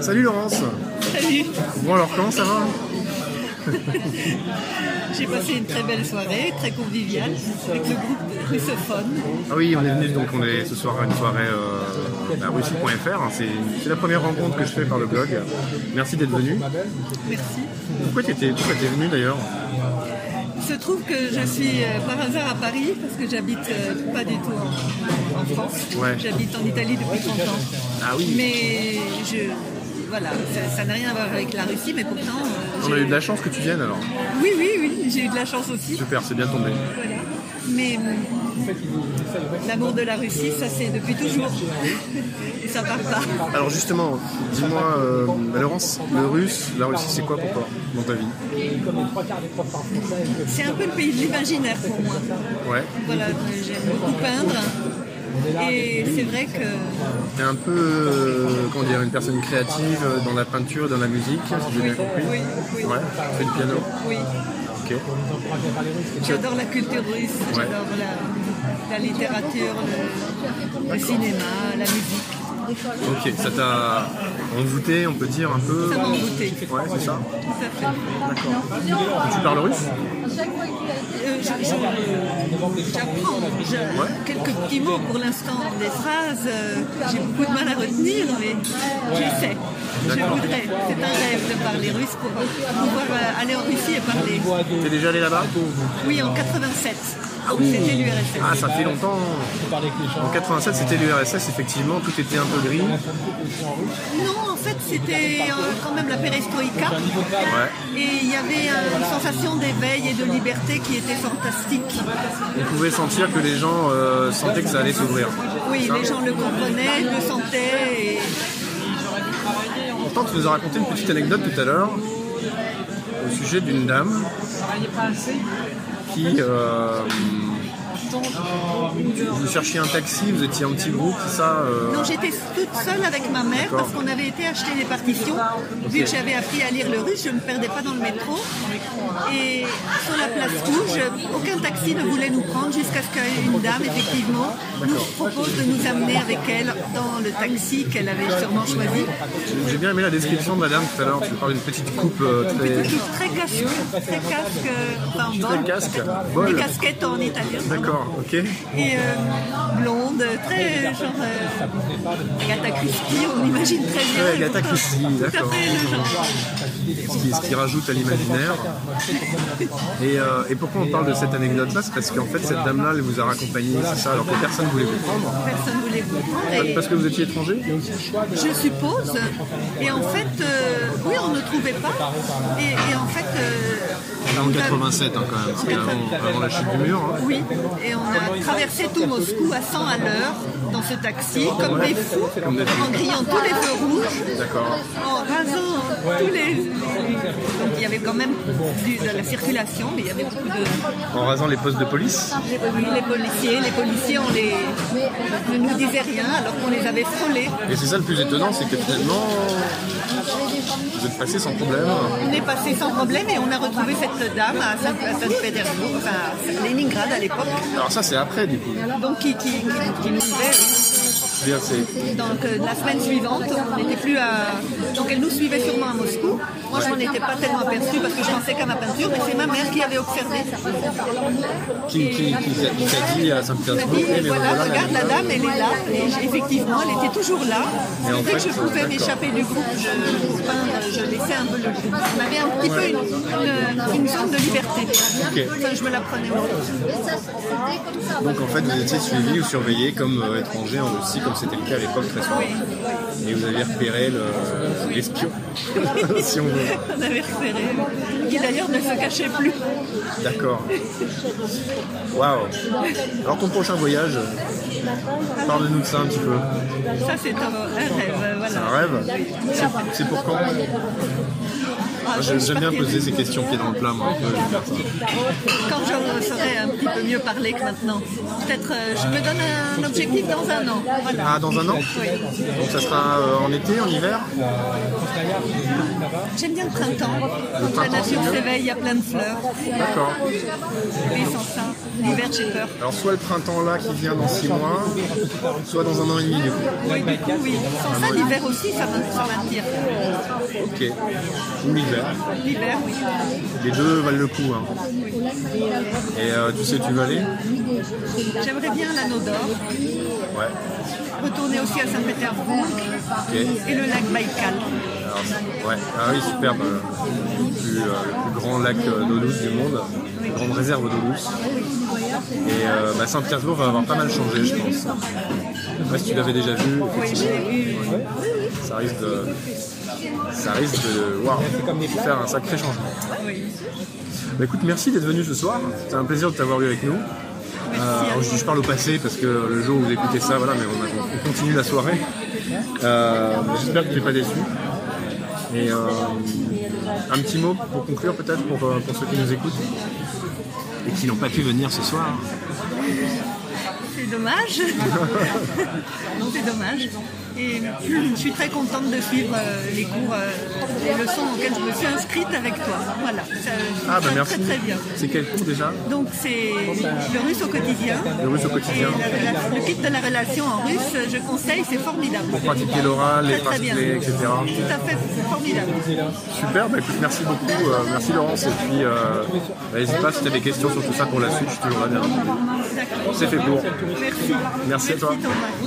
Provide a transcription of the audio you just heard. Salut Laurence Salut Bon alors comment ça va J'ai passé une très belle soirée, très conviviale, avec le groupe russophone. Ah oui, on est venu donc on est ce soir à une soirée euh, à russie.fr. C'est c'est la première rencontre que je fais par le blog. Merci d'être venu. Merci. Pourquoi tu étais, venu d'ailleurs Il se trouve que je suis euh, par hasard à Paris parce que j'habite euh, pas du tout en, en France. Ouais. J'habite en Italie depuis 30 ans. Ah oui. Mais je. Voilà, ça- ça n'a rien à voir avec la Russie, mais pourtant. euh, On a j'ai- eu de la chance que tu viennes alors. Oui, oui, oui, j'ai eu de la chance aussi. Super, c'est bien tombé. Voilà. Mais euh, l'amour de la Russie, ça c'est depuis toujours. Et ça part pas. Alors justement, dis-moi euh, Laurence, le russe, la Russie c'est quoi pour toi dans ta vie C'est un peu le pays de l'imaginaire pour moi. Ouais. Voilà, j'aime beaucoup peindre. Et c'est vrai que T'es un peu euh, comment dire une personne créative euh, dans la peinture, dans la musique, si j'ai bien compris. oui, oui. Ouais, tu fais du piano. oui, Ok. j'adore la culture Ouais. russe, j'adore la, la littérature, le, le cinéma, la musique. Ok, ça t'a envoûté, on peut dire un peu. Ça m'a envoûté. Ouais, c'est ça. Tout à fait. Tu parles russe Euh, je- je- J'apprends je- quelques petits mots pour l'instant, des phrases. euh, J'ai beaucoup de mal à retenir, mais j'essaie. Je D'accord. voudrais. C'est un rêve de parler russe pour pouvoir euh, aller en Russie et parler. T'es déjà allé là-bas Oui, en 87. Donc c'était l'URSS. Ah, ça fait longtemps. En 87, c'était l'URSS, effectivement, tout était un peu gris. Non, en fait, c'était euh, quand même la perestroïka. Et il y avait euh, une sensation d'éveil et de liberté qui était fantastique. On pouvait sentir que les gens euh, sentaient que ça allait s'ouvrir. Oui, Ça. les gens le comprenaient, le sentaient. et- Pourtant, tu nous as raconté une petite anecdote tout à l'heure au sujet d'une dame qui. euh, vous cherchiez un taxi, vous étiez un petit groupe, c'est ça euh, Non, j'étais toute seule avec ma mère parce qu'on avait été acheter des partitions. Vu que j'avais appris à lire le russe, je ne me perdais pas dans le métro. Et sur la place rouge, aucun taxi ne voulait nous prendre jusqu'à ce qu'une dame, effectivement, nous propose de nous amener avec elle dans le taxi qu'elle avait sûrement choisi. J'ai bien aimé la description de la dame tout à l'heure, tu parles d'une petite coupe euh, très. Tout très casque, très casque, euh, enfin, bol, casque, peut-être. bol. des casquettes en italien. D'accord, ok. Et euh, blonde, très euh, genre euh, Agatha Christie, on imagine très bien. Ouais, Agatha Christie, Tout d'accord. à fait le genre. ce qui, ce qui rajoute à l'imaginaire. Et, euh, et pourquoi on parle de cette anecdote-là C'est parce qu'en fait, cette dame-là, elle vous a raccompagné, c'est ça, alors que personne ne voulait vous prendre. Personne ne voulait vous prendre. Et Parce que vous étiez étranger je suppose. Et en fait, euh, oui, on ne trouvait pas. Et, et en fait, euh, En on a- 87, hein, quand même, c'est avant, avant la chute du mur. hein. oui, et on a traversé tout Moscou à 100 à l'heure dans ce taxi, comme des fous, Comme des fous. en grillant tous les feux rouges. D'accord. En rasant tous les. Donc il y avait quand même du- de la circulation, mais il y avait beaucoup de, En rasant les postes de police Oui, les policiers, les policiers, on les ne nous disaient rien alors qu'on les avait frôlés. Et c'est ça le plus étonnant, c'est que finalement, vous êtes passé sans problème. On est passé sans problème et on a retrouvé cette dame à Saint- à Saint-Pétersbourg, enfin, à Leningrad à l'époque, Alors ça, c'est après, du coup. donc qui, qui, qui- qui nous suivait. hein. C'est-à-dire, c'est- Donc euh, la semaine suivante, on n'était plus à. Donc elle nous suivait sûrement à Moscou. Moi je n'en étais pas tellement aperçue parce que je pensais qu'à ma peinture, mais c'est ma mère qui avait observé. qui, qui, qui t'a- qui t'a dit à Elle m'a Saint-Pétersbourg, dit, Eh, mais voilà, voilà, regarde la dame, elle est là. Et j- effectivement, elle était toujours là. Et en Dès que fait, je pouvais d'accord. m'échapper du groupe, je, pour peindre, je laissais un peu le groupe. On avait un petit peu une, une- une zone de liberté. Enfin, je me la prenais. Donc en fait, vous étiez suivi ou surveillé comme euh, étranger en Russie, comme c'était le cas à l'époque très souvent. Et vous aviez repéré le- l'espion, si on veut. On avait repéré. Qui d'ailleurs ne se cachait plus. D'accord. Waouh. Alors ton prochain voyage, parle-nous de ça un petit peu. Ça, c'est un, un rêve. euh, Voilà. Un rêve C'est- C'est pour quand Ah, Moi, je j'aime- suis Euh, J'aime bien partie- poser ces questions pieds dans le plat, moi. un peu, je vais faire ça. Quand je saurais un petit peu mieux parler que maintenant. Peut-être, euh, je me donne un objectif dans un an. Voilà. Ah, dans un an Donc ça sera euh, en été, en hiver J'aime bien le printemps. Quand la nature s'éveille, il y a plein de fleurs. D'accord. Mais sans ça, l'hiver, j'ai peur. Alors soit le printemps là qui vient dans six mois, juin, soit dans un an et demi. du coup. Oui, du coup, oui. Sans ça, l'hiver aussi, ça va, ça va dire. Ok. Ou l'hiver. L'hiver, oui. Les deux valent le coup. hein. Et euh, tu sais, tu vas aller J'aimerais bien l'anneau d'or, Ouais. retourner aussi à Saint-Pétersbourg Ok. et le lac Baïkal. Alors, c'est- ouais. Ah oui, superbe. euh, Le plus, euh, le plus grand lac euh, d'eau douce du monde. Une grande réserve d'eau douce. Et euh, bah, Saint-Pétersbourg va avoir pas mal changé, je pense. Je sais pas si tu l'avais déjà vu. Oui, je l'ai vu. Ça risque de. Ça risque de. waouh, faire un sacré changement. Bah, écoute, merci d'être venu ce soir. C'était un plaisir de t'avoir eu avec nous. Euh, alors, je, je parle au passé parce que le jour où vous écoutez ça, voilà, mais on, a- on continue la soirée. Euh, J'espère que tu n'es pas déçu. Et euh, un petit mot pour conclure peut-être pour, euh, pour ceux qui nous écoutent et qui n'ont pas pu venir ce soir. C'est dommage. C'est dommage. Et je suis très contente de suivre euh, les cours, euh, les leçons auxquelles je me suis inscrite avec toi. Voilà, ça, je trouve Ah bah ça merci. très très bien. C'est quel cours déjà Donc c'est le russe au quotidien. Le russe au Et quotidien. la rela- le kit de la relation en russe, je conseille, c'est formidable. Pour pratiquer l'oral, les Très, très phrases bien. clés, etc. Tout à fait, c'est formidable. Super, bah écoute, merci beaucoup, euh, merci Laurence. Et puis, euh, bah, n'hésite pas si tu as des questions sur tout ça pour la suite, je suis toujours là. derrière. D'accord. C'est fait pour. Merci. Merci à toi. Thomas.